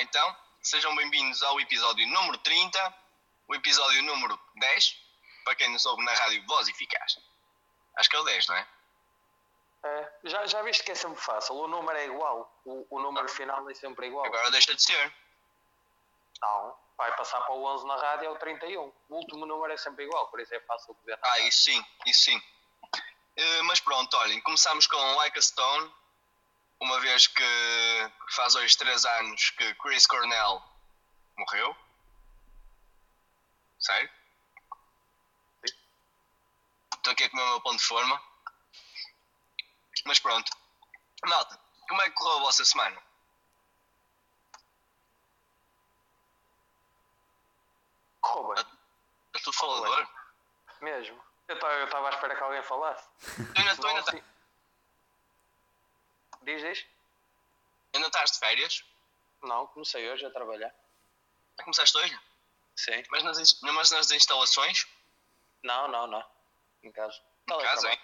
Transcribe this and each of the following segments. então, sejam bem-vindos ao episódio número 30, o episódio número 10, para quem não soube, na rádio Voz Eficaz. Acho que é o 10, não é? É, já, já viste que é sempre fácil, o número é igual, o, o número final é sempre igual. Agora deixa de ser. Não, vai passar para o 11 na rádio é o 31, o último número é sempre igual, por isso é fácil de ver. Ah, isso sim, isso sim. Eh, mas pronto, olhem, começámos com Like a Stone, uma vez que faz hoje 3 anos que Chris Cornell morreu. Sério? Estou aqui a comer o meu pão de forma. Mas pronto. Malta, como é que correu a vossa semana? Correu bem, Eu estou falador? mesmo. Eu estava à espera que alguém falasse. Tu ainda, tu ainda, Não, tá- sim. Diz, diz? ainda estás de férias? Não, comecei hoje a trabalhar. Já começaste hoje? Sim. Mas nas, ins- mas nas instalações? Não, não, não. Em casa. No caso, hein?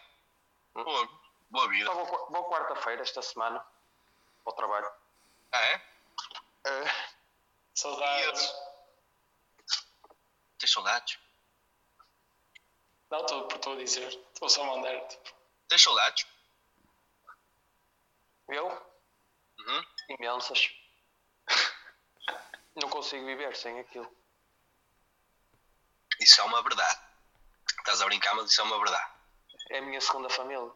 Boa, boa vida. Só vou, qu- vou quarta-feira esta semana ao trabalho. Ah, é? Saudades. Tens saudades? Não estou por tu a dizer. Estou só a tipo, mandar-te. Tens saudades? Eu? Uhum. Imensas. Não consigo viver sem aquilo. Isso é uma verdade. Estás a brincar, mas isso é uma verdade. É a minha segunda família.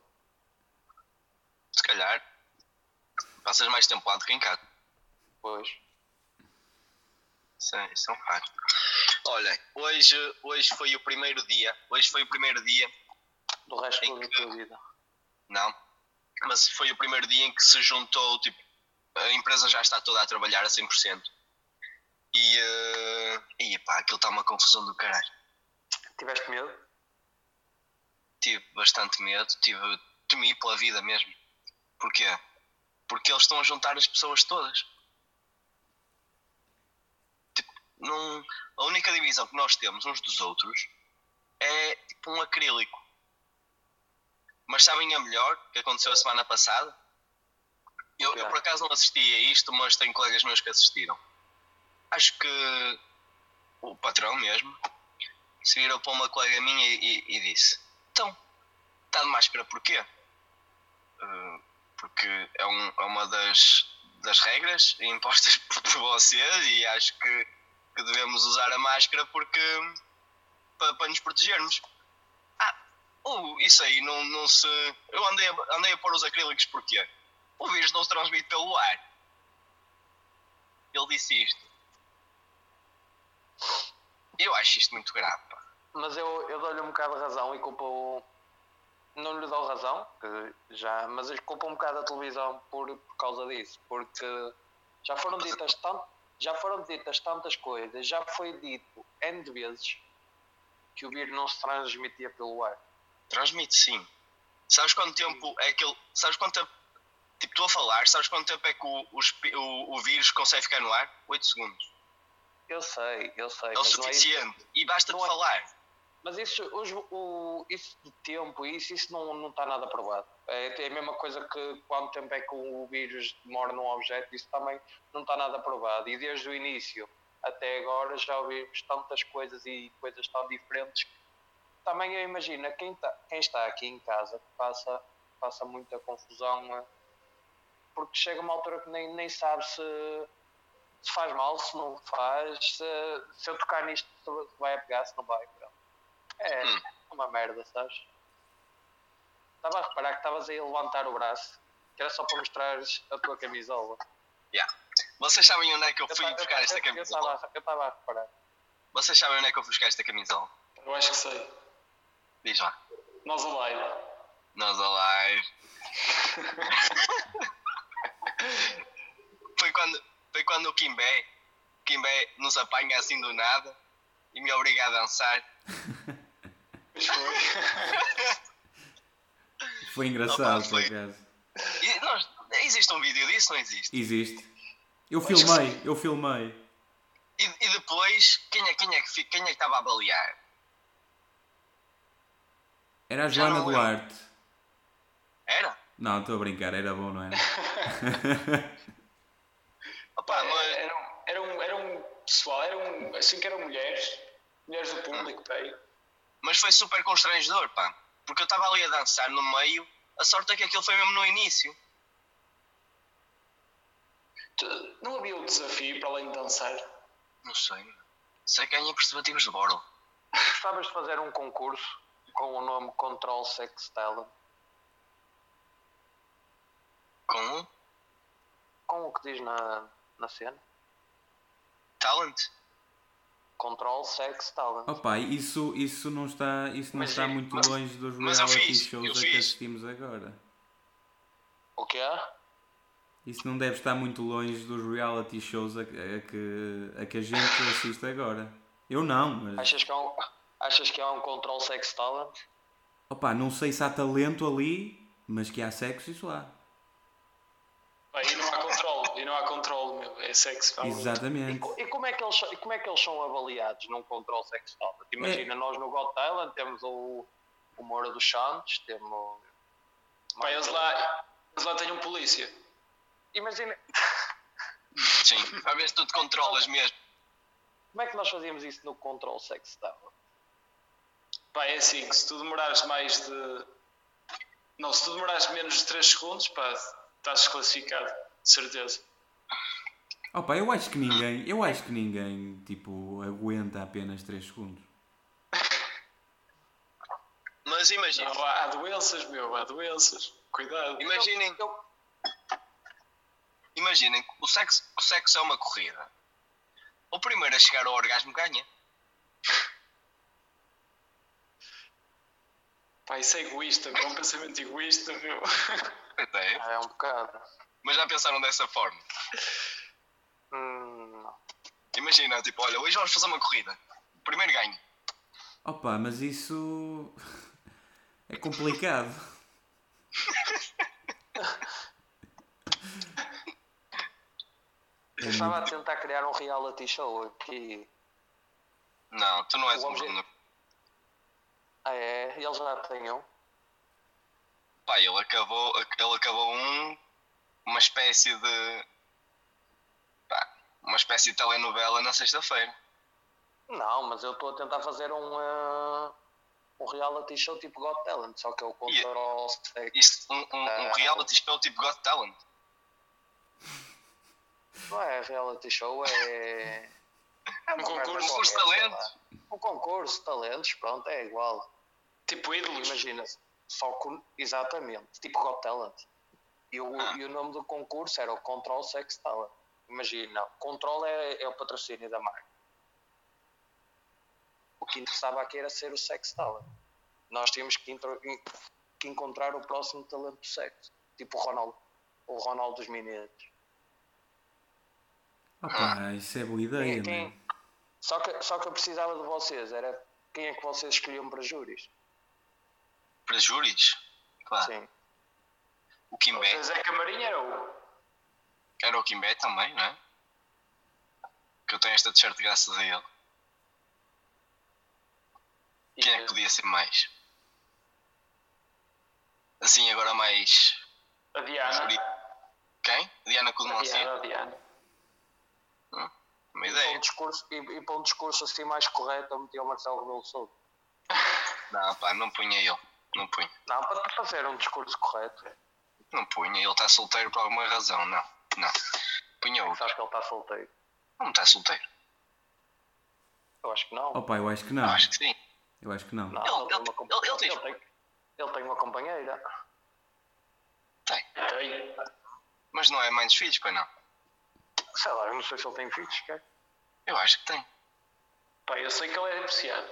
Se calhar passas mais tempo lá do que em casa. Pois. Isso é, isso é um facto. Olhem, hoje, hoje foi o primeiro dia. Hoje foi o primeiro dia. Do resto Em da que- tua vida. Não. Mas foi o primeiro dia em que se juntou, tipo, a empresa já está toda a trabalhar a 100%. E, eh, e pá, aquilo está uma confusão do caralho. Tiveste medo? Tive bastante medo, tive, temi pela vida mesmo. Porquê? Porque eles estão a juntar as pessoas todas. Tipo, não, a única divisão que nós temos uns dos outros é tipo um acrílico. Mas sabem a melhor que aconteceu a semana passada? Eu, eu, Ok. por acaso não assisti a isto, mas tenho colegas meus que assistiram. Acho que o patrão mesmo se virou para uma colega minha e, e- e disse: Então, está de máscara porquê? "Eh, porque é, um- é uma das, das regras impostas por por vocês e acho que, que devemos usar a máscara porque para, para nos protegermos. Ah, ou isso aí não, não se. Eu andei a, andei a pôr os acrílicos porquê? O vírus não se transmite pelo ar. Ele disse isto. Eu acho isto muito grave, pá. Mas eu, eu dou-lhe um bocado de razão e culpo. o- Não lhe dou razão, que já, mas eu culpo um bocado a televisão por, por causa disso, porque já foram ditas tan- já foram ditas tantas coisas, já foi dito N de vezes que o vírus não se transmitia pelo ar. Transmite sim. Sabes quanto tempo é que ele. Sabes quanto tempo. Tipo, estou a falar, sabes quanto tempo é que o, o, espi- o- o vírus consegue ficar no ar? 8 segundos. Eu sei, eu sei, É o mas, não é isso, suficiente. E basta de não é- falar. mas isso, os- o, isso de tempo, isso, isso não, não está nada provado. É, é a mesma coisa que quanto tempo é que o vírus demora num objeto, isso também não está nada provado. E desde o início até agora já ouvimos tantas coisas e coisas tão diferentes. Também eu imagino, quem, tá, quem está aqui em casa passa, passa muita confusão, não é? porque chega uma altura que nem, nem sabe se, se faz mal, se não faz, se, se eu tocar nisto se vai a pegar, se não vai. pronto. É Hum. uma merda, sabes? Estava a reparar que estavas aí a levantar o braço, que era só para mostrares a tua camisola. Yeah. Vocês sabem onde é que eu Eu fui tava- buscar eu- esta eu- eu camisola? tava- Eu estava a reparar. Vocês sabem onde é que eu fui buscar esta camisola? Eu acho que sei. Diz lá. Nós alive. Nós Alive. foi, quando, foi quando o Kimbé, Kimbé nos apanha assim do nada e me obriga a dançar. Mas foi. Foi engraçado, Opa, por foi. acaso. E nós- existe um vídeo disso, não existe? Existe. Eu filmei, eu filmei. E, e depois, quem é, quem, é que, fi- quem é que estava a balear? Era a Já Joana não é. Duarte. Era? Não, estou a brincar, era bom, não era? É, Opa, mas É, Era, um pessoal, eram, assim que eram mulheres, mulheres do público, pai. Mas foi super constrangedor, pá. Porque eu estava ali a dançar no meio. A sorte é que aquilo foi mesmo no início. Tu- Não havia outro desafio para além de dançar. Não sei. Sei que ganhei preservativos de Borla. Gostavas de fazer um concurso com o nome Control Sex Talent, Com um com o que diz na, na cena? talent. Control Sex Talent. Opa, isso, isso não está, isso não Mas está sim, muito mas- longe dos mas eu reality fiz, eu shows a que fiz. assistimos agora. O que é? Isso não deve estar muito longe dos reality shows a, a que, a que a gente assiste agora. Eu não, mas. Achas que é um, achas que é um Control Sex Talent? Opa, não sei se há talento ali, mas que há sexo, isso lá. Pá, e não há controle, e não há controle, meu. É sexo, Tá pá. E, Exatamente. co- e como, é que eles, são- e como é que eles são avaliados num Control Sex Talent? Imagina, nós no Got Talent temos o, o Moura dos Santos, temos. Pá, eles lá, eles lá têm um polícia. Imagina, Sim, para ver se tu te controlas mesmo. como é que nós fazíamos isso no Control Sex Talent? Pá, é assim, se tu demorares mais de. Não, se tu demorares menos de 3 segundos, pá, estás desclassificado, de certeza. Opa, eu acho que ninguém, eu acho que ninguém, tipo, aguenta apenas 3 segundos. Mas imagina, Não, há, há doenças, meu, há doenças. Cuidado. imaginem, Eu- eu- imaginem que o sexo, que o sexo é uma corrida. O primeiro a chegar ao orgasmo ganha. Pá, isso é egoísta, meu, é um pensamento egoísta, meu. Pois é. Ah, é um bocado. Mas já pensaram dessa forma? Hum, não. Imagina, tipo, olha, hoje vamos fazer uma corrida. O Primeiro ganho. Opa, mas isso é complicado. Eu estava a tentar criar um reality show aqui. Não, tu não és O um Bruno. Ah, é? Eles já têm um. Pá, ele acabou, ele acabou um, uma espécie de. Pá, uma espécie de telenovela na sexta-feira. Não, mas eu estou a tentar fazer um, eh, um reality show tipo Got Talent, só que eu E- controlo o sexo. Isso, um, um, um Ah. reality show tipo Got Talent. Não é reality show, é. é uma Um merda concurso qualquer, de sei lá. talentos. Um concurso de talentos, pronto, é igual. Tipo ídolos. Imagina, só com. Exatamente, tipo Got Talent. E o, Ah. e o nome do concurso era o Control Sex Talent. Imagina, Control é, é o patrocínio da marca. O que interessava aqui era ser o Sex Talent. Nós tínhamos que, intro- que encontrar o próximo talento do sexo. Tipo o Ronaldo. O Ronaldo dos Mineiros. Opa, isso é boa Quem- ideia, não é? quem- só, que, só que eu precisava de vocês, era quem é que vocês escolhiam para júris. Para júris. Ah, Pá, Sim. o Kimbé. Zé Camarinha era o. Era o Kimbé também, não é? Que eu tenho esta t-shirt graças a ele. Quem é que podia ser mais? Assim, agora mais. A Ah. Diana. Júri. Quem? Diana A Codemoncinha? Diana, a Diana. Uma Para um ideia. discurso, e, e para um discurso assim mais correto, eu metia o Marcelo Rebelo de Sousa. Não, pá, não punha ele. Não punha. Não, para fazer um discurso correto, Não punha. Ele está solteiro por alguma razão. Não, não. Punha outro. sabes que ele está solteiro? Não está solteiro. Eu acho que não. Opa, eu acho que não. Eu acho que sim. Eu acho que não. Não, Ele- ele, tem ele- uma compa- ele- ele tem- ele tem- ele tem uma companheira. Tem. Tem. Mas não é mãe dos filhos, pois não. Sei lá, eu não sei se ele tem filhos, quer? Eu acho que tem. Pá, eu sei que ele é divorciado.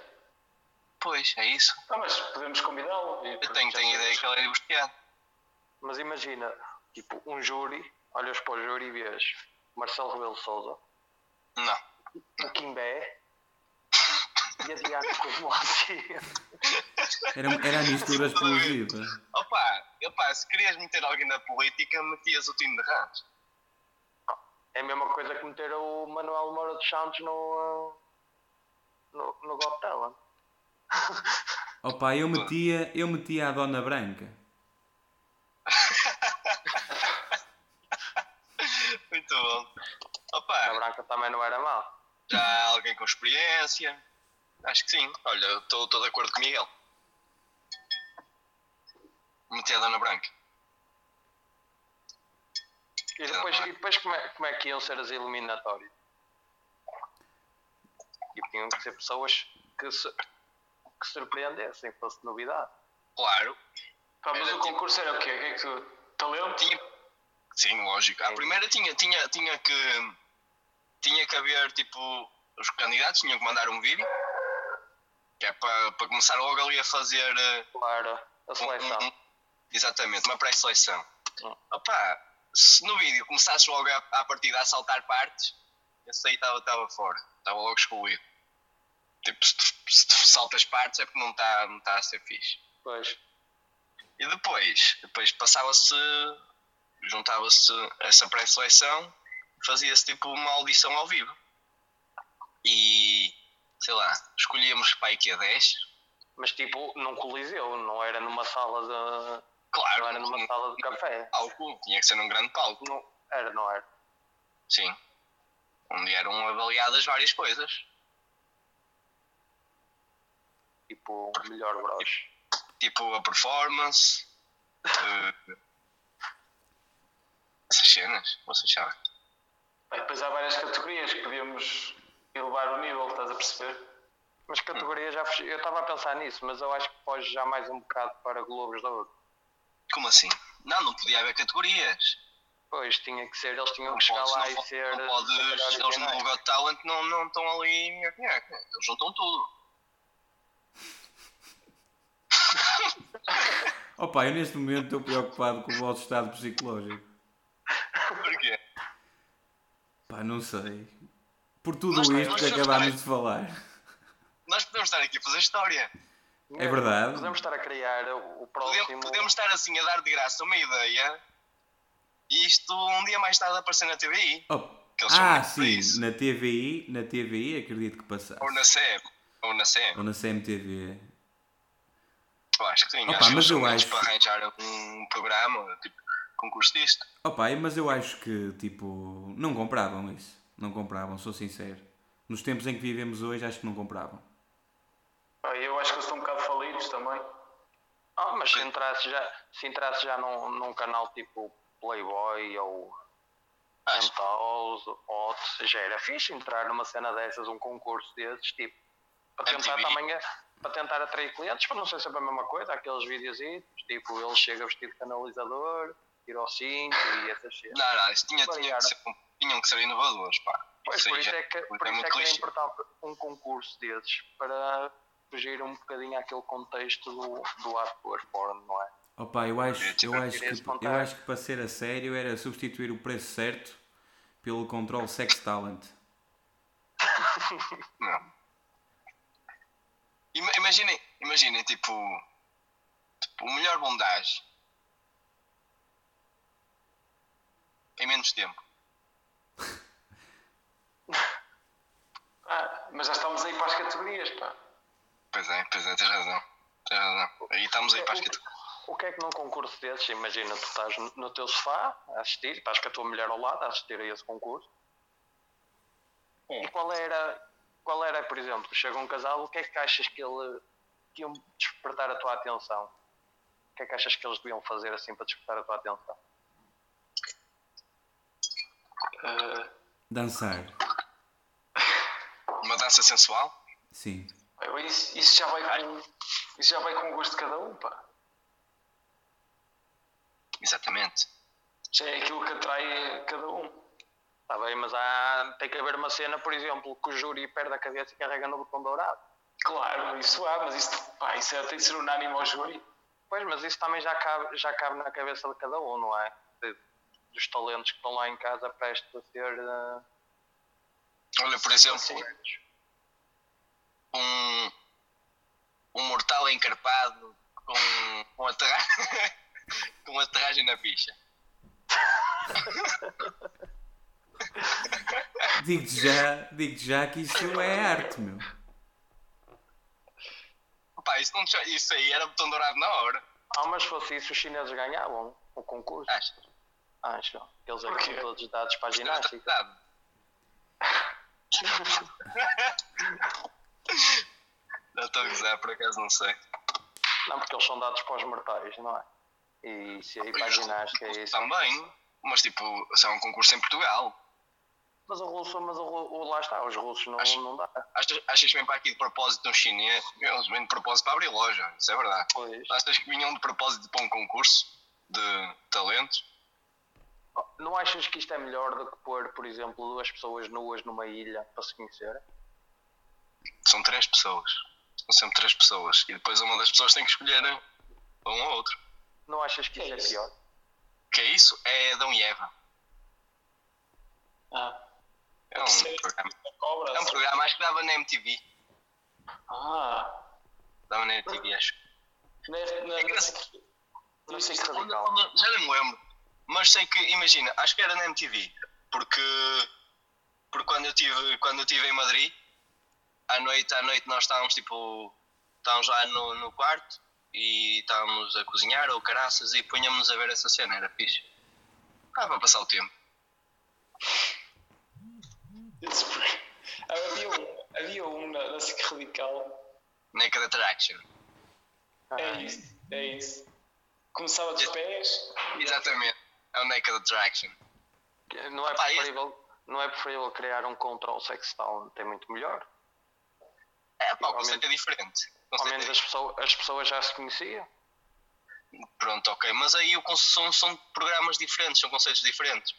Pois, é isso. Ah, mas podemos convidá-lo. Eu tenho, tenho ideia que ele é divorciado. Mas imagina, tipo, um júri, olhas para o júri e vês Marcelo Rebelo de Sousa, Não. o Kimbé e a Diana Cosmoacia. Era, era a mistura explosiva. Opa, opa, se querias meter alguém na política, metias o time de Ramos. É a mesma coisa que meter o Manuel Moura dos Santos no, ah, no, no Got Talent. Opa, eu metia, eu metia a Dona Branca. Muito bom. A Opa, Branca também não era mal. Já há alguém com experiência? Acho que sim. Olha, eu estou estou de acordo com o Miguel. Meter a Dona Branca. E depois, e depois como, é, como é que iam ser as eliminatórias? E tinham que ser pessoas que, se- que surpreendessem, que fosse novidade. Claro. Pá, mas Era o tipo- concurso era o quê? O que é que tu. Talento? Tinha... Sim, lógico. A primeira tinha, tinha, tinha que. Tinha que haver, tipo. Os candidatos tinham que mandar um vídeo. Que é para para começar logo ali a fazer. eh, Claro, a um- seleção. Uhum. um- exatamente, uma pré-seleção. Hum. Opá, se no vídeo começasses logo a, à partida a saltar partes, esse aí estava fora, estava logo excluído. Tipo, se tu, se tu saltas partes é porque não está não tá a ser fixe. Pois. E depois, depois passava-se, juntava-se essa pré-seleção, fazia-se tipo uma audição ao vivo. E, sei lá, escolhíamos para aí que é 10, Mas tipo, num coliseu, não era numa sala de. Não claro, era numa num sala de café. palco, tinha que ser num grande palco. Não, era, não era. Sim. Onde eram avaliadas várias coisas. Tipo, o melhor broche. Tipo a performance. eh, essas cenas, vocês sabem. Pá, e depois há várias categorias que podíamos elevar o nível, estás a perceber? Mas categoria já fech- Eu estava a pensar nisso, mas eu acho que foge já mais um bocado para Globos de Ouro. Como assim? Não, não podia haver categorias. Pois, tinha que ser, eles tinham Não que chegar podes, lá não, e po- ser. eh, não podes, melhores eles no canais. Got Talent não, não estão ali. minha cunhaca. Eles juntam tudo. Opa, eu neste momento estou preocupado com o vosso estado psicológico. Porquê? Pá, não sei. Por tudo Nós- isto nós que somos acabámos mais- de falar. Nós podemos estar aqui a fazer história. É verdade. Podemos estar a criar o o próximo. Podemos, podemos estar assim a dar de graça uma ideia. E isto um dia mais tarde aparecer na TVI. Oh, Que eles são Ah, muito para sim, isso. na TVI, na TVI acredito que passasse. Ou na SEM. Ou na SEM. Ou na CMTV. Eu acho que sim, acho Opa, que mas eles eu são eles acho- para arranjar um programa, tipo, concurso disto. Opa, mas eu acho que, tipo, não compravam isso. Não compravam, sou sincero. Nos tempos em que vivemos hoje, acho que não compravam. Pá, eu acho que eles estão um bocado falidos também. Ah, mas se entrasse já, se entrasse já num, num canal tipo Playboy ou Acho. Penthouse, ou já era fixe entrar numa cena dessas, um concurso desses, tipo, para tentar MTV. também a- para tentar atrair clientes, para não ser sempre a mesma coisa, aqueles videozitos, tipo, ele chega vestido de canalizador, tira o cinto e essas cenas. Não, não, isso tinha, tinha Variar. que ser, tinham que ser inovadores, pá. Pois, Isso por aí isso já- é que, coisa por isso muito é, que é clichê. importante um concurso desses para fugir um bocadinho àquele contexto do, do ator porno, não é? Opa, eu acho, eu Tipo, acho, queria-se que, eu contar. acho que para ser a sério era substituir o preço certo pelo control sex talent. Não. Ima- Imaginem, imaginem, tipo, tipo, o melhor bondage em menos tempo. Ah, mas já estamos aí para as categorias, pá. Pois é, pois é, tens razão. Tens razão. Aí estamos aí para as O que- categorias. O que é que num concurso desses, imagina, tu estás no- no teu sofá a assistir, estás com a tua mulher ao lado a assistir a esse concurso. E qual era, qual era, por exemplo, chega um casal, o que é que achas que ele que iam despertar a tua atenção? O que é que achas que eles deviam fazer assim para despertar a tua atenção? Ah, Dançar, Uma dança sensual? sim. pá, eu- isso, isso já vai com, isso já vai com o gosto de cada um, pá. Exatamente. Já é aquilo que atrai cada um. Está Tá bem, mas há, tem que haver uma cena, por exemplo, que o júri perde a cabeça e carrega no botão dourado. Claro, isso há, mas isso, pá, isso é- tem de ser unânime ao júri. Pois, mas isso também já cabe, já cabe na cabeça de cada um, não é? De- dos talentos que estão lá em casa prestes a ser. eh, Olha, por exemplo, um, um mortal encarpado com, com, aterra... com aterragem na ficha. Digo-te já, digo já que isso é arte, meu. Pá, isso, não, tinha- isso aí era botão dourado na hora. Ah, mas se fosse isso, os chineses ganhavam o concurso. Acho. Acham? Eles Porquê? aqui todos dados para a Não, ginástica. tá- tá. Não estou a gozar, por acaso não sei. Não, porque eles são dados para os mortais, não é? E se aí para a Mas ginástica é isso. Também, mas tipo, se é um concurso em Portugal, Mas o russo, mas o, ru- o- lá está, os russos não, Acho- não dá. achas, achas que vem para aqui de propósito um chinês? Eles vêm de propósito para abrir loja, isso é verdade. Pois. Achas que vinham de propósito para um concurso de talentos? Não achas que isto é melhor do que pôr, por exemplo, duas pessoas nuas numa ilha para se conhecerem? São três pessoas. São sempre três pessoas. E depois uma das pessoas tem que escolher um ou outro. Não achas que isto É é isso. pior? Que é isso? É Adão e Eva. Ah, É um programa. a cobra. É um programa, acho que dava na MTV. Ah, Dava na MTV, acho. tá na, É na, engraçado. Não sei Isso que é Onde- radical. onde- já não me lembro. Mas sei que, imagina, acho que era na MTV. Porque, porque quando, eu estive, quando eu estive em Madrid, à noite, à noite nós estávamos tipo. Estávamos lá no, no quarto e estávamos a cozinhar ou caraças e punhamos a ver essa cena, era fixe. Ah, para passar o tempo. Esse programa- Havia um, havia um na, na SIC Radical. Naked Attraction. Ah. É isso, é isso. Começava É dos pés. Exatamente. É o Naked Attraction. Ah, Não é Opa, isso- preferível, não é preferível criar um control sexual, tem muito melhor. É, pá, o Ao conceito é diferente. O Ao conceito menos é as pessoas, as pessoas já se conheciam. Pronto, ok. Mas aí o con- são, são programas diferentes, são conceitos diferentes.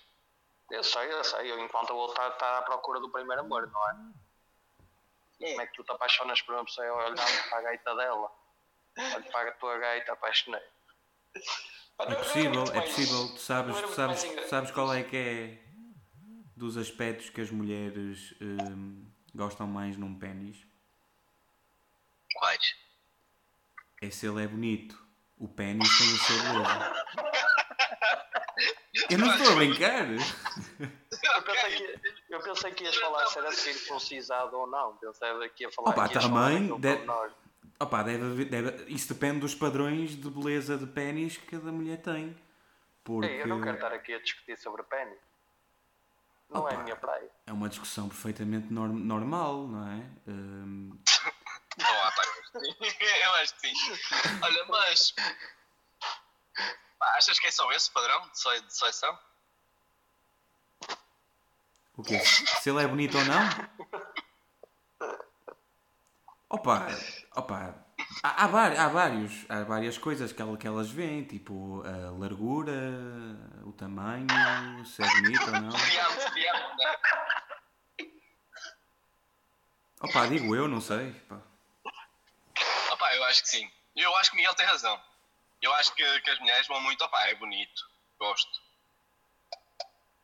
Eu sei, eu sei, eu, enquanto o outro está tá à procura do primeiro amor, não é? Como é que tu te apaixonas por uma pessoa e olhando para a gaita dela? Olho para a tua gaita, apaixonei. Ah, não- É não era possível, muito é mais- possível. Tu sabes, não era tu muito sabes, mais engra- sabes qual é que é dos aspectos que as mulheres hum, gostam mais num pênis? Quais? É se ele é bonito. O pênis tem o seu beleza. Eu não estou a brincar. Eu pensei que, eu pensei que ias falar se era circuncisado ou não. Pensei aqui a falar Opa, que ias também, falar deve- de... nós. Opa, deve haver- deve- isso depende dos padrões de beleza de pênis que cada mulher tem. Porque É, Ei, eu não quero estar aqui a discutir sobre pênis. Não é Opa. a minha praia. é uma discussão perfeitamente nor- normal, não é? Hum, Oh, ah, pá, eu acho que sim. Eu acho que sim. Olha, mas. Pá, achas que é só esse padrão de sele- de seleção? O quê? Se ele é bonito ou não? Opa, opa. Há, há, vari- há vários, há várias coisas que, ela- que elas veem, tipo a largura, o tamanho, se é bonito ou não. Diabo, diabo, não é? Opa, digo eu, não sei. pá. Ah, pá, eu acho que sim. Eu acho que o Miguel tem razão. Eu acho que, que as mulheres vão muito. Opá, é bonito. Gosto.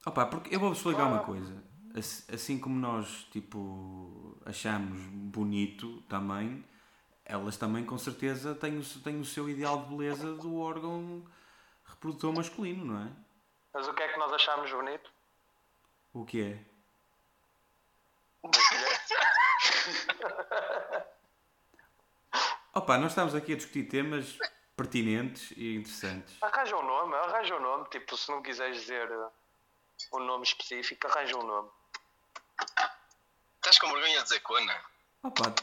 Opa, porque eu vou-vos explicar uma coisa. Ass- Assim como nós, tipo, achamos bonito também, elas também, com certeza, têm o, se- têm o seu ideal de beleza do órgão reprodutor masculino, não é? Mas o que é que nós achámos bonito? O que é? Das mulheres? Opa, nós estamos aqui a discutir temas pertinentes e interessantes. Arranja um nome, arranja um nome. Tipo, se não quiseres dizer eh, um nome específico, arranja um nome. Estás com vergonha de dizer cona? Opa,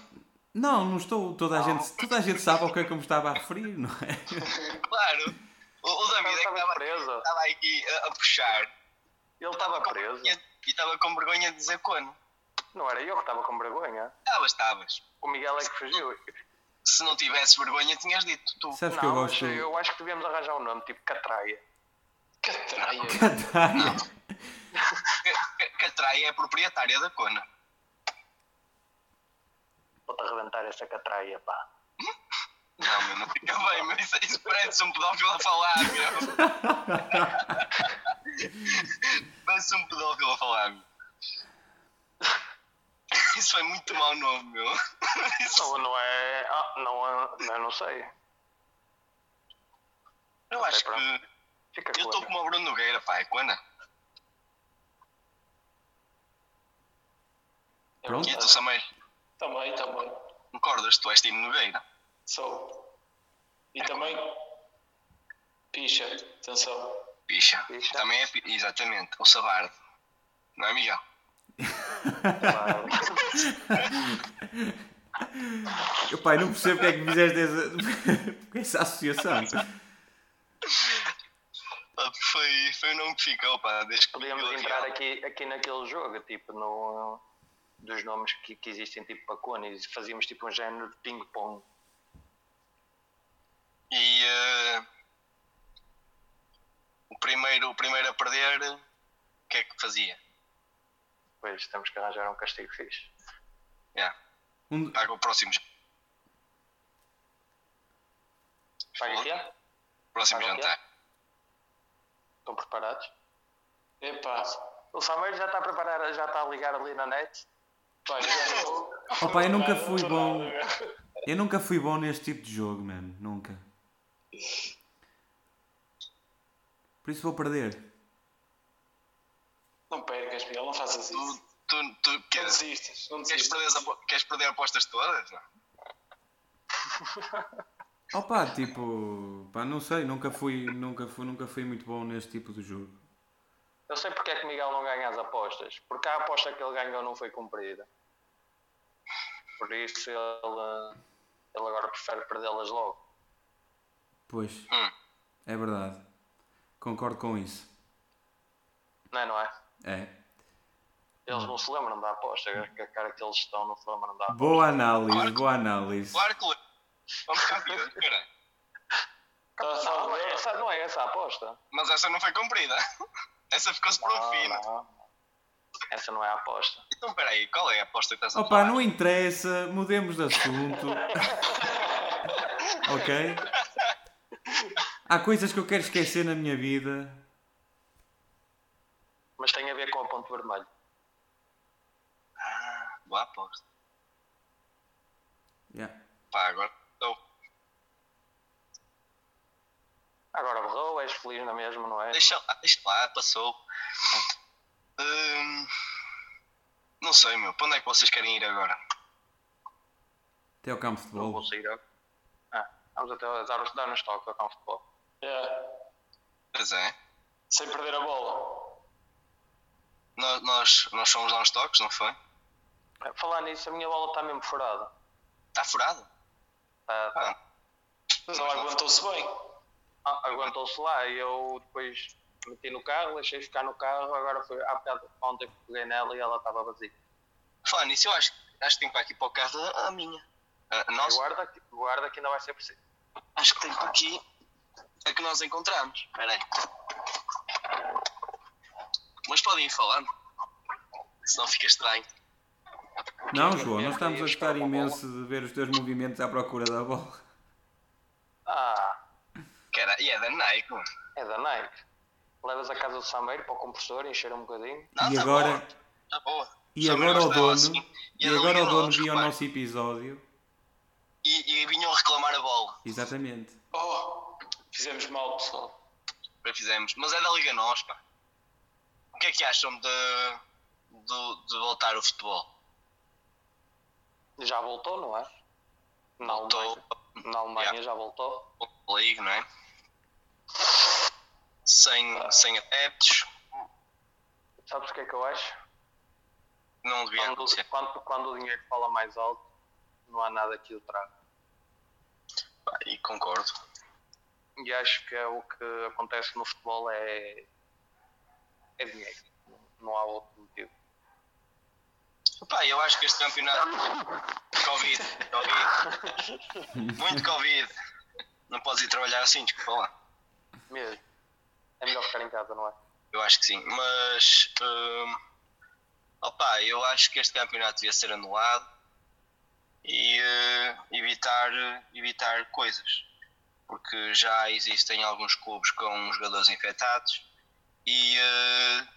não, não estou. Toda a, gente, toda a gente sabe ao que é que eu me estava a referir, não é? Claro. O, o David Ele é que estava estava aqui, preso. estava aqui a, a puxar. Ele estava Com preso. vergonha- E estava com vergonha de dizer cona. Não era eu que estava com vergonha. Estavas, estavas. O Miguel é que fugiu. Se não tivesse vergonha, tinhas dito tu. Sabes que eu não, gosto. mas eu acho que devíamos arranjar um nome, tipo Catraia. Catraia. Catraia. Que- que- Que a Traia é a proprietária da cona. Vou-te arrebentar essa Catraia, pá. Não, meu, não fica bem, mas isso, isso parece um pedófilo a falar, meu. parece um pedófilo a falar, meu. Isso foi muito mau nome, meu. Isso- Não, não é. Ah, não, é- não, não sei. eu acho pronto. que. Fica Eu estou claro. como o Bruno Nogueira, pá, é cona. Pronto. E tu também Também, também. concordas, tu és Tino Nogueira. Sou. E também. Picha, atenção. Picha. Picha. Também é. pi- Exatamente, o Sabardo. Não é, Miguel? Claro. Eu, pai, não percebo porque é que fizeste essa, essa associação. Pá, Foi, foi o nome que ficou, pá, desde que Podíamos eu vi. entrar aqui, aqui naquele jogo, tipo, no, dos nomes que, que existem, tipo, para cones, e fazíamos tipo um género de ping-pong. E eh, o, primeiro, o primeiro a perder, o que é que fazia? Pois temos que arranjar um castigo fixe. Yeah. Um- Paga o próximo, Paga aqui? ó. próximo Paga o quê? jantar. Estão preparados? Epá, O Samuel já está a preparar, já está a ligar ali na net. pá, já vou. Oh, pá, eu nunca fui Não, bom. não, não. Eu nunca fui bom neste tipo de jogo, mano. Nunca. Por isso vou perder. Não percas, Miguel, não faças isso. Tu, Não tu, tu queres, desistas, não queres, desistas. perder as, apo- queres perder apostas todas? Não? Opa, tipo, pá, não sei, nunca fui, nunca fui, nunca fui muito bom neste tipo de jogo. Eu sei porque é que Miguel não ganha as apostas. Porque a aposta que ele ganhou não foi cumprida. Por isso ele, eh, ele agora prefere perdê-las logo. Pois, Hum. é verdade. Concordo com isso. Não é, não é? É. Eles não se lembram da aposta. A cara que eles estão não se lembram da aposta. Boa análise, boa análise. Claro que lembro. Vamos campeões, caralho. Tá só Não, eu. essa não é essa a aposta. Mas essa não foi cumprida. Essa ficou-se para o fim. Não, não. Essa não é a aposta. Então, peraí, qual é a aposta que estás a Opa, falar? não interessa, mudemos de assunto. ok? Há coisas que eu quero esquecer na minha vida. Mas tem a ver com o ponto vermelho. é- Ah, boa aposta. Yeah. Pá, agora estou. Agora borrou, és feliz na mesma, não é? Deixa lá, deixa lá, passou. Hum, não sei, meu. Para onde é que vocês querem ir agora? Até ao campo de Não vou futebol. sair. agora. Ah, vamos até dar, dar um estoque ao campo de futebol. É, Pois é. Sem perder a bola. Nós, nós, nós fomos lá uns toques, não foi? Falar nisso, a minha bola está mesmo furada. Está furado? Tá- tá- Ah, Não aguentou-se bem. ah, Aguentou-se lá e eu depois meti no carro, deixei ficar no carro. Agora foi há bocado, ontem peguei nela e ela estava vazia. Falar nisso, eu acho, acho que tenho para aqui para o carro a, a minha. A, a nossa. Guarda, que- guarda que ainda vai ser preciso. Acho que tenho para aqui a que nós encontramos. Espera aí. Mas podem ir falando. Senão fica estranho. Não, João, nós estamos a gostar imenso de ver os teus movimentos à procura da bola. Ah, Cara, e é da Nike, mano. é da Nike. Levas a casa do Sameiro para o compressor, encher um bocadinho. Não, E tá agora- boa, tá boa. E Só agora menos o dela dono, assim. e ela agora o ia lá, dono viu o repara. nosso episódio. E, e vinham reclamar a bola. Exatamente. Oh, fizemos mal, pessoal. Já fizemos. Mas é da Liga Nós, pá. O que é que acham de, de, de voltar o futebol? Já voltou, não é? Na Voltou Alemanha, na Alemanha Yeah. já voltou. a League, não é? Sem, sem adeptos. Sabes o que é que eu acho? Não devia Quando, acontecer. quando, quando o dinheiro fala mais alto, não há nada que o traga. Pá, E concordo. E acho que é o que acontece no futebol é, é dinheiro. Não há outro motivo. Pá, eu acho que este campeonato. Covid, Covid. Muito Covid. Não podes ir trabalhar assim, desculpa lá. Mesmo. É melhor ficar em casa, não é? Eu acho que sim. Mas. hum, opá, eu acho que este campeonato devia ser anulado e eh, evitar, evitar coisas. Porque já existem alguns clubes com jogadores infectados e. eh,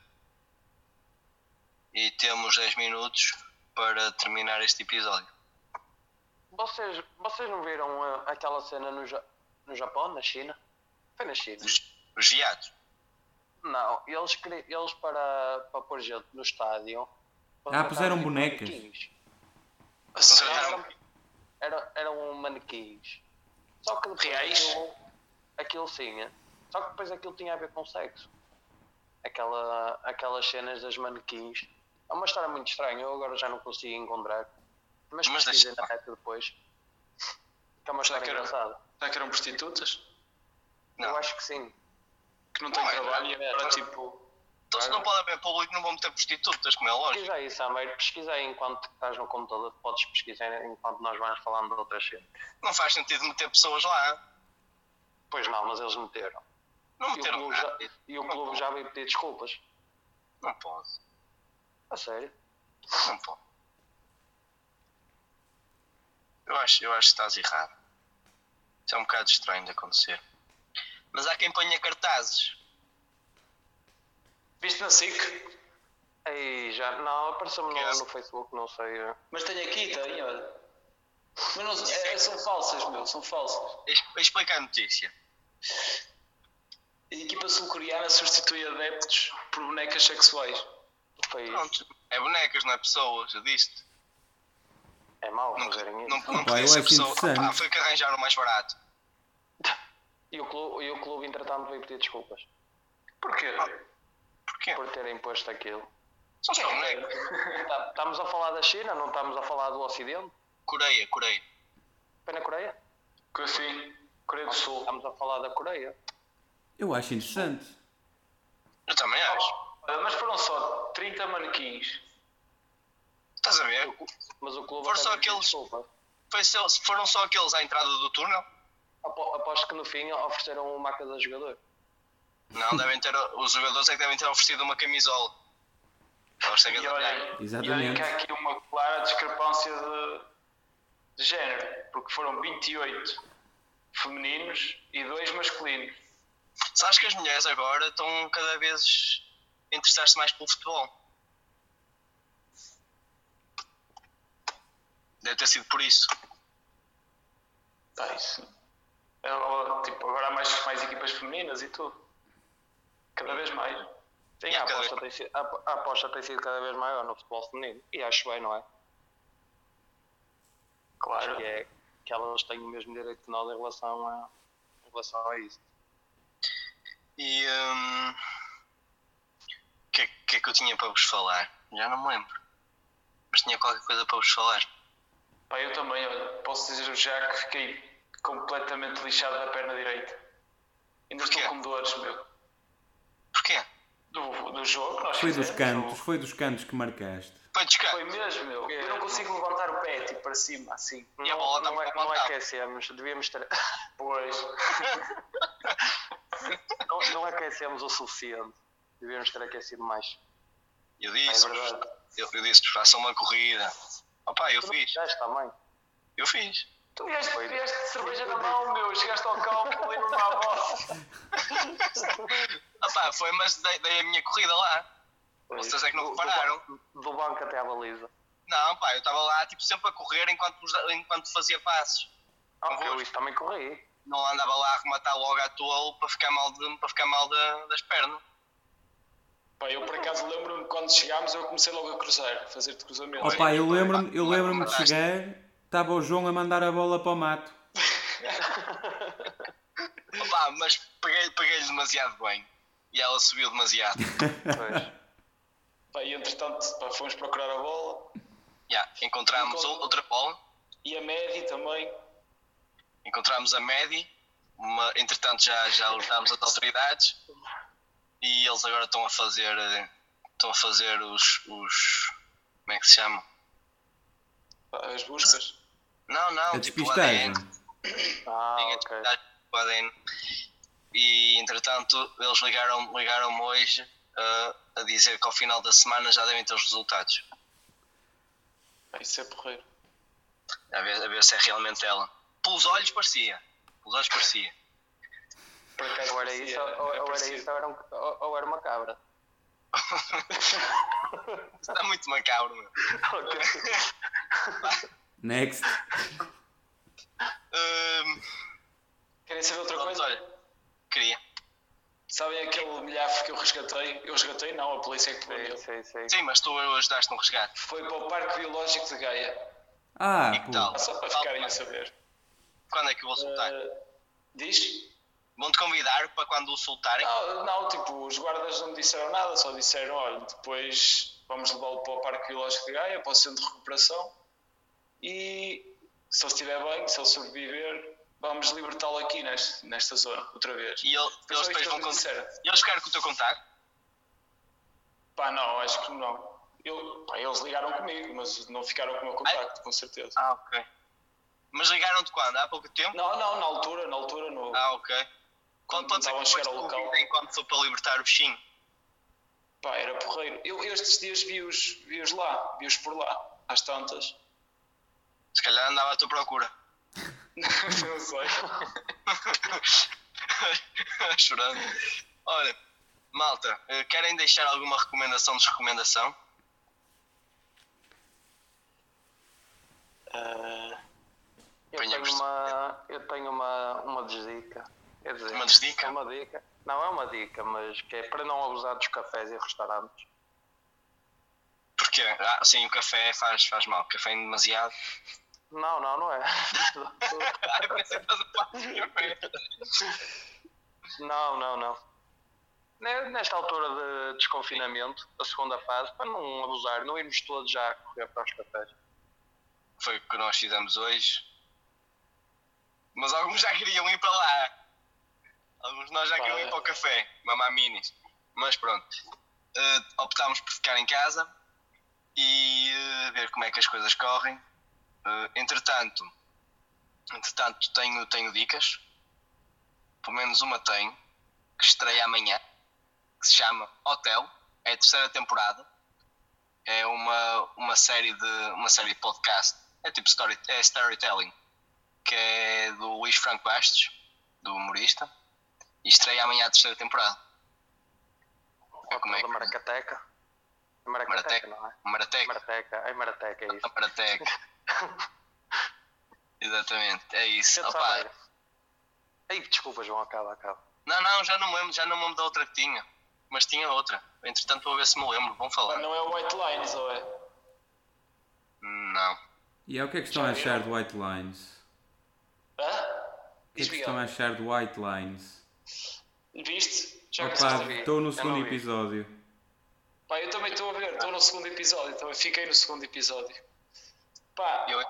e temos 10 minutos para terminar este episódio. Vocês, vocês não viram eh, aquela cena no, Ja- no Japão, na China? Foi na China. Os, os viados. Não, eles, cri- eles para, para pôr gente no estádio. Ah, contrataram, puseram tipo, bonecas. manequins. A Contrataram- sério? Era, eram manequins. Só que depois Reais? aquilo, aquilo sim, é. só que depois aquilo tinha a ver com sexo. Aquela, aquelas cenas das manequins. É uma história muito estranha, eu agora já não consigo encontrar. Mas, Mas mas deixa- pesquisem na net depois. Que é uma Será história que era- engraçada. Será que eram prostitutas? Não. Eu acho que sim. Que não têm Não, é trabalho e verdade. agora tipo. Então se não pode haver público, não vão meter prostitutas, como é lógico. Pesquisa aí, Sameiro. Pesquisa aí enquanto estás no computador. Podes pesquisar enquanto nós vamos falando de outras cenas. Não faz sentido meter pessoas lá. Pois não, mas eles meteram. Não E o meteram clube já, nada. e o Não clube pode. já veio pedir desculpas. Não pode. A sério. Não pode. Eu acho, eu acho que estás errado. Isso é um bocado estranho de acontecer. Mas há quem ponha cartazes. Viste na SIC? Aí já. Não, apareceu-me Que é no, essa? no Facebook, não sei. eh, Mas tenho aqui, tenho, olha. Mas não, é- são falsas, meu, são falsas. Es- Explica a notícia. A equipa sul-coreana substitui adeptos por bonecas sexuais. Foi isso. Pronto. É bonecas, não é pessoas. Eu disse-te. É mau Não, fazerem não, isso. não, Opa, podia eu ser acho pessoa. interessante. Opa, foi que arranjaram mais barato. E o clube, e o clube entretanto, veio pedir desculpas Porquê? Porquê? por terem posto aquilo. São só bonecas. Tá- Estamos a falar da China, não estamos a falar do Ocidente? Coreia, Coreia. Foi na Coreia? Que fim? assim, Coreia do Sul. Estamos a falar da Coreia. Eu acho interessante. Eu também acho. Olha, Mas foram só 30 manequins. Estás a ver? Mas o clube Foram até só pediu aqueles- desculpa. Foi só- foram só aqueles à entrada do túnel? Apo- Aposto que no fim ofereceram uma a jogador. Não, devem ter, os jogadores é que devem ter oferecido uma camisola. Eles têm que E adaptar. olhem, e olhem Exatamente. que há aqui uma clara discrepância de, de género, porque foram 28 femininos e dois masculinos. Sabes que as mulheres agora estão cada vez a interessar-se mais pelo futebol. Deve ter sido por isso. Pá, Tá, isso. É, ó, tipo, agora há mais, mais equipas femininas e tudo. Cada vez mais. Sim, a cada aposta, vez- tem sido, a, a aposta tem sido cada vez maior no futebol feminino. E acho bem, não é? Claro. Que, é, que elas têm o mesmo direito que nós em relação a, em relação a isso. E hum, o que, é- que é que eu tinha para vos falar? Já não me lembro. Mas tinha qualquer coisa para vos falar. Pá, eu também, olha, posso dizer já que fiquei completamente lixado da perna direita. Ainda estou Porquê? com dores, meu. Porquê? Do, do jogo que é? nós Foi dos fizemos, cantos, foi dos cantos que marcaste. Foi descar. Foi mesmo, meu. Eu não consigo levantar o pé, tipo, para cima, assim. E a bola tá não, também não, é, não não é dá. aquecemos, devíamos ter. Pois. Não, não aquecemos o suficiente. Devíamos ter aquecido mais. Eu É disse-vos. verdade. eu, eu disse-vos, façam uma corrida. Opa, eu Tu não fiz. fizeste também. Eu fiz. Tu vieste, vieste de cerveja na mão, meu. Chegaste ao campo e não dá a bola. Opa, foi, mas dei, dei a minha corrida lá. Vocês é que não Do- do repararam. ba- Do banco até à baliza. Não, pá, eu estava lá tipo, sempre a correr enquanto, vos da- enquanto fazia passos. Ah, Convosco. eu isso também corri. Não andava lá a rematar logo à toa para ficar mal, de- para ficar mal da- das pernas. Pá, eu por acaso lembro-me quando chegámos, eu comecei logo a cruzar, a fazer-te cruzamento. Opa, eu lembro-me eu lembro de chegar, estava o João a mandar a bola para o mato. Opa, mas peguei- peguei-lhe demasiado bem. E ela subiu demasiado. Pois. Pá, e entretanto, pá, fomos procurar a bola Ya, Encontramos Encontrou- ou- outra bola, e a Medi também. encontramos a Medi, uma, entretanto já, já alertámos as autoridades e eles agora estão a fazer eh, estão a fazer os, os como é que se chama? Pá, as buscas. Não, não, A tipo o despistagem. ADN. ah, Ninguém ok. está com o ADN. E entretanto, eles ligaram- ligaram-me hoje ah, a dizer que ao final da semana já devem ter os resultados. Pá, isso é porreiro. A ver, a ver se é realmente ela. Pelos olhos parecia. Pelos olhos parecia. Por acaso, Ou era parecia- isso, ou, ou era parecia. isso, ou era, um- ou- ou era uma cabra. Está muito macabro, meu. Next. Ahm, Querem saber outra pronto, coisa? Ah, olha, queria. Sabem aquele milhafo que eu resgatei? Eu resgatei? Não, a polícia é que pegou Sim, nele. sim, sim. Sim, mas tu ajudaste no resgate. Foi para o Parque Biológico de Gaia. Ah, E que pô. tal? Ah, Só para ficarem a saber. Quando é que eu vou soltar? Ah, diz? Vão-te convidar Tá. para quando o soltarem? Não, não, tipo, os guardas não me disseram nada, só disseram, olha, depois vamos levá-lo para o Parque Biológico de Gaia, para o Centro de Recuperação e se ele estiver bem, se ele sobreviver, vamos libertá-lo aqui neste, nesta zona, outra vez. E ele- Foi eles só depois isto vão que eu conseguir. disseram. Eles ficaram com o teu contacto? Pá, não, acho que não. Eu- pá, eles ligaram comigo, mas não ficaram com o meu contacto, com certeza. Ah, ok. Mas ligaram-te quando? Há pouco tempo? Não, não, na altura, na altura, no, Ah, ok. Quando Quando pode ser que estavam a depois chegar te ao local. convidem quando for para libertar o bichinho? Pá, era porreiro. Eu estes dias vi-os vi -os lá, vi-os por lá, às tantas. Se calhar andava à tua procura. não sei. Chorando. Olha, malta, eh, querem deixar alguma recomendação, desrecomendação? Eu Venha tenho, gostar. uma, eu tenho uma, uma desdica. Quer dizer, Uma desdica? É uma dica. Não é uma dica, mas que é para não abusar dos cafés e restaurantes. Porque, ah, sim, o café faz, faz mal. Café em demasiado. Não, não, não é. Ai, pensei que estás a falar de café. não, não, não. Ne- Nesta altura de desconfinamento, a segunda fase, para não abusar, não irmos todos já a correr para os cafés. Foi o que nós fizemos hoje. Mas alguns já queriam ir para lá. Alguns de nós já Pá, queriam ir é. para o café, mamar minis. Mas pronto, eh, optámos por ficar em casa e eh, ver como é que as coisas correm. Eh, entretanto, entretanto tenho, tenho dicas. Pelo menos uma tenho, que estreia amanhã, que se chama Hotel. É a terceira temporada é uma, uma série de uma série de podcast é tipo story, é storytelling que é do Luís Franco Bastos do humorista e estreia amanhã a terceira temporada Ou como é toda que- Maracateca. É Maracateca, Marateca não é? Marateca Marateca, é Marateca, é isso. Marateca exatamente é isso Sente-se Opa, à beira. Ei, desculpa, João, acaba, acaba. não não já não me lembro já não me lembro da outra que tinha mas tinha outra entretanto vou ver se me lembro vão Pá, falar não é White Lines, ou é? não E é o que é que estão a Já achar do White Lines? Hã? O que é Diz que estão a Miguel. achar do White Lines? Viste? Já Opa, começaste a ver? estou Eu no não é. segundo vi. episódio. Pá, eu também estou a ver, estou no segundo episódio, também fiquei no segundo episódio. Pá, eu há,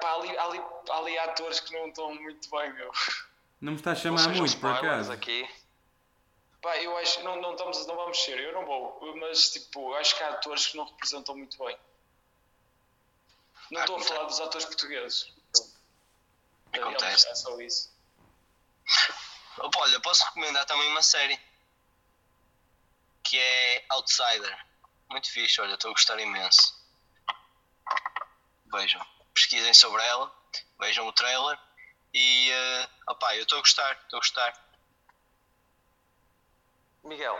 pá, ali, há, ali, há ali atores que não estão muito bem, meu. Não me está a Não chamar sejam muito, por spoilers acaso. aqui. Pá, eu acho, não, não, estamos, não vamos ser, eu não vou, mas tipo, acho que há atores que não representam muito bem. Não Ah, estou a acontece. falar dos atores portugueses. Acontece. É só isso. Opa, olha posso recomendar também uma série que é Outsider muito fixe olha estou a gostar imenso vejam, pesquisem sobre ela, vejam o trailer e eh, opá, eu estou a gostar, estou a gostar. Miguel,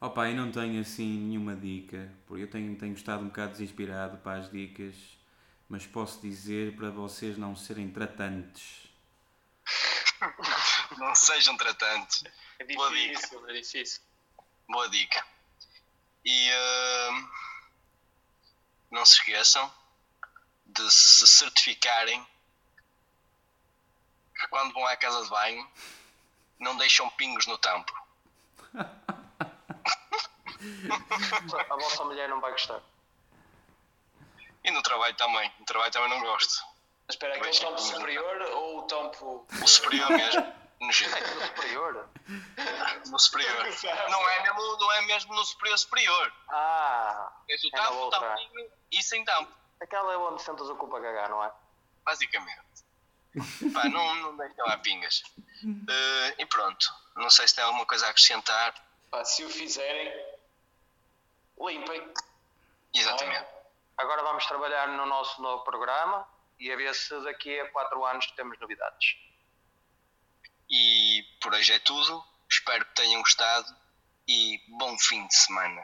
Opa, eu não tenho assim nenhuma dica, porque eu tenho, tenho estado um bocado desinspirado para as dicas, mas posso dizer para vocês não serem tratantes. Não sejam tratantes. É Boa dica. difícil, é difícil. Boa dica. E ehm, não se esqueçam de se certificarem que quando vão à casa de banho não deixam pingos no tampo. a vossa mulher não vai gostar. E no trabalho também. No trabalho também não gosto. Mas Espera, aquele Veja. tampo superior ou o tampo. O superior mesmo. Nojento. No superior? No superior. Não é mesmo, não é mesmo no superior superior. Ah, Tens o É na tampo, o outra. tampinho e sem tampo, aquela é onde sentas o cu para cagar, não é? basicamente. Pá, não, não deixem lá pingas. Eh, e pronto. Não sei se tem alguma coisa a acrescentar. Pá, se o fizerem, limpem. tá Exatamente. Agora vamos trabalhar no nosso novo programa e a ver se daqui a 4 anos temos novidades. E por hoje é tudo. Espero que tenham gostado e bom fim de semana.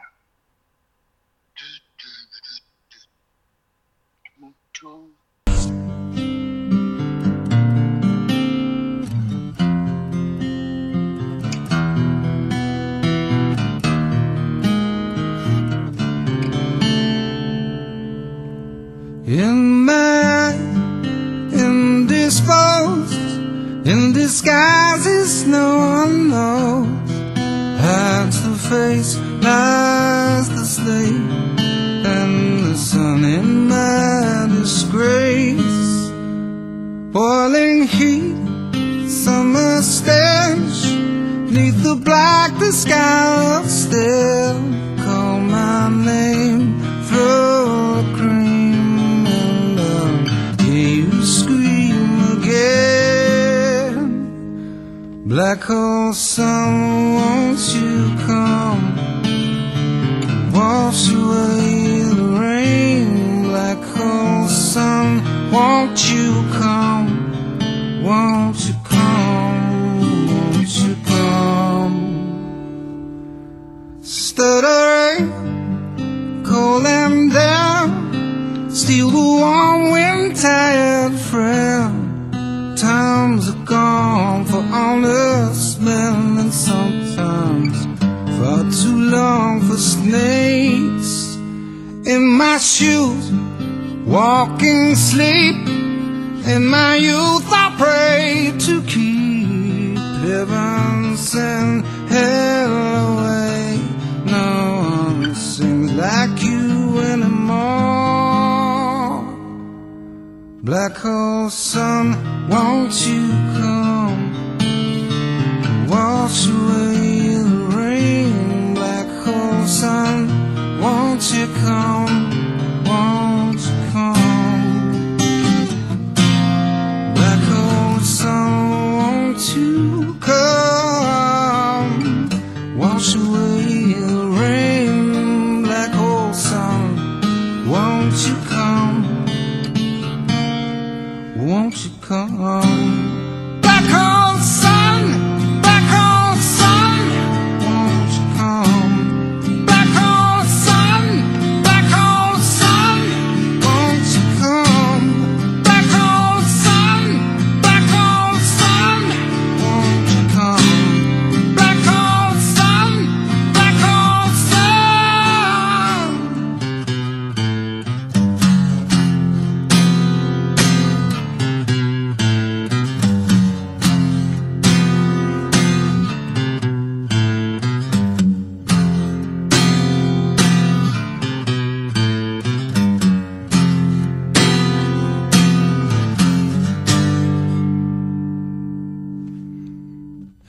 In my indisposed, in disguises, no one knows. Hides the face lies the slave and the sun in my disgrace. Boiling heat, summer stench, neath the black the sky of still. Call my name, throw a cream, and I'll hear you scream again. Black hole sun, won't you come? Wash away the rain. Black hole sun, won't you come? Won't you come? Won't you come? Stuttering, cold and damp, steal the warm wind, tired friend times are gone for honest men and sometimes far too long for snakes in my shoes walking sleep in my youth I pray to keep heaven send hell away no one sings like you anymore Black hole sun, won't you come? Wash away the rain. Black hole sun, won't you come? Won't you come? Black hole sun, won't you come? Wash away the rain. Black hole sun, won't you come? Won't you come? Black hole sun, black hole sun. Won't you come? Black hole sun, black hole sun. Won't you come? Black hole sun, black hole sun. Won't you come? Black hole sun, black hole sun.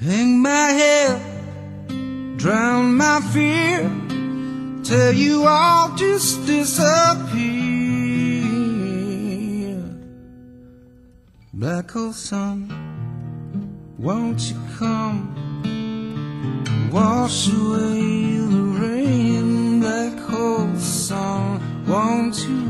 Hang my head, drown my fear, till you all just disappear. Black hole sun, won't you come? Wash away the rain, black hole sun, won't you